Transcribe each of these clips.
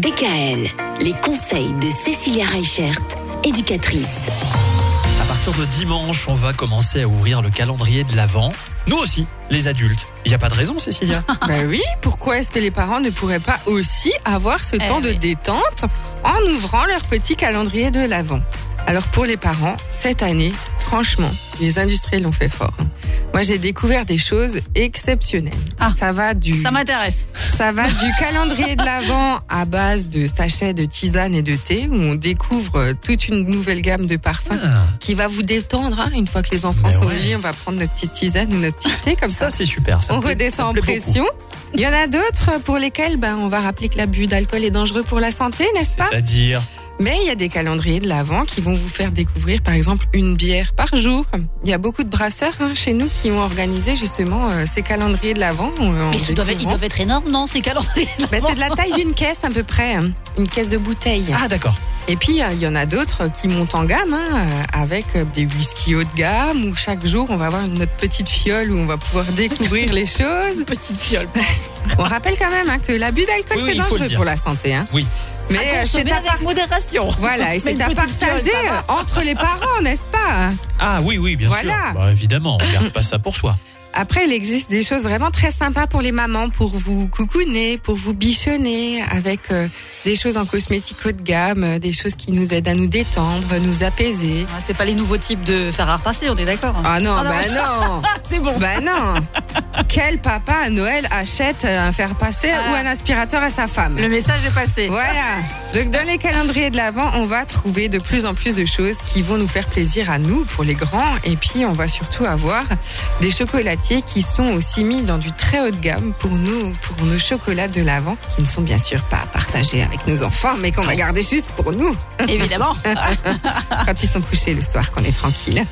DKL, les conseils de Cécilia Reichert, éducatrice. À partir de dimanche, on va commencer à ouvrir le calendrier de l'Avent. Nous aussi, les adultes. Il n'y a pas de raison, Cécilia. Ben oui, pourquoi est-ce que les parents ne pourraient pas aussi avoir ce temps de Eh oui. détente en ouvrant leur petit calendrier de l'Avent Alors pour les parents, cette année, franchement, les industriels l'ont fait fort. hein. Moi, j'ai découvert des choses exceptionnelles. Ah. ça va du Ça m'intéresse. ça va du calendrier de l'Avent à base de sachets de tisane et de thé où on découvre euh, toute une nouvelle gamme de parfums Ah, qui va vous détendre hein, une fois que les enfants Mais sont ouais. au lit, on va prendre notre petite tisane ou notre petit thé comme ça ça, c'est super. ça on me plaît- ça me redescend en plaît pression. Il y en a d'autres pour lesquels ben, on va rappeler que l'abus d'alcool est dangereux pour la santé, beaucoup. n'est-ce pas C'est-à-dire, Mais il y a des calendriers de l'Avent qui vont vous faire découvrir, par exemple, une bière par jour. Il y a beaucoup de brasseurs hein, chez nous qui ont organisé justement euh, ces calendriers de l'Avent. en- en Mais ils doivent, ils découvrant. doivent être énormes, non Ces calendriers. Ben, C'est de la taille d'une caisse à peu près, hein, une caisse de bouteille. ah d'accord. Et puis, euh, il y en a d'autres qui montent en gamme, hein, euh, avec euh, des whisky haut de gamme, où chaque jour, on va avoir notre petite fiole où on va pouvoir découvrir les choses. petite fiole. On rappelle quand même hein, que l'abus d'alcool, Oui, oui, c'est il faut le dangereux dire. pour la santé. hein. Oui. Mais Mais euh, c'est à, avec par- modération. voilà, et Mais c'est une à petite fiole, partager hein, ça va. entre les parents, n'est-ce pas hein. Ah oui, oui, bien Voilà. sûr. Bah, évidemment, on garde pas ça pour soi. Après, il existe des choses vraiment très sympas pour les mamans, pour vous coucouner, pour vous bichonner, avec euh, des choses en cosmétique haut de gamme, euh, des choses qui nous aident à nous détendre, nous apaiser. Ah, C'est pas les nouveaux types de fer à repasser, on est d'accord. Ah non, Ah non, bah mais- non Ah, c'est bon. Bah non Quel papa à Noël achète euh, un fer-passer Ah. ou un aspirateur à sa femme Le message est passé. Voilà. Donc dans les calendriers de l'Avent, on va trouver de plus en plus de choses qui vont nous faire plaisir à nous pour les grands. Et puis on va surtout avoir des chocolatiers qui sont aussi mis dans du très haut de gamme pour nous, pour nos chocolats de l'Avent, qui ne sont bien sûr pas à partager avec nos enfants, mais qu'on va garder juste pour nous Évidemment. quand ils sont couchés le soir, qu'on est tranquille.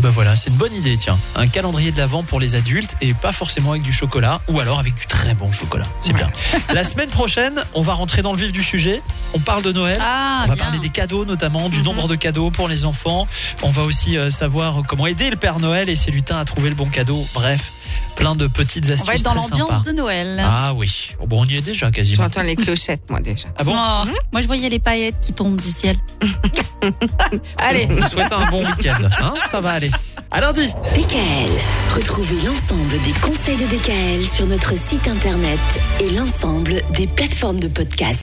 Bah voilà, c'est une bonne idée, tiens. Un calendrier de l'Avent pour les adultes et pas forcément avec du chocolat ou alors avec du très bon chocolat. C'est Ouais. bien. La semaine prochaine, on va rentrer dans le vif du sujet. On parle de Noël. Ah, On va bien. parler des cadeaux notamment, du Mhm. nombre de cadeaux pour les enfants. On va aussi euh, savoir comment aider le Père Noël et ses lutins à trouver le bon cadeau. Bref, plein de petites astuces On va être dans très sympas. l'ambiance de Noël. Ah oui, Oh, bon, on y est déjà quasiment. J'entends les clochettes, moi déjà. Ah bon Oh, Moi, je voyais les paillettes qui tombent du ciel. Allez. On vous souhaite un bon week-end. hein Ça va aller. À lundi DKL, retrouvez l'ensemble des conseils de DKL sur notre site internet et l'ensemble des plateformes de podcast.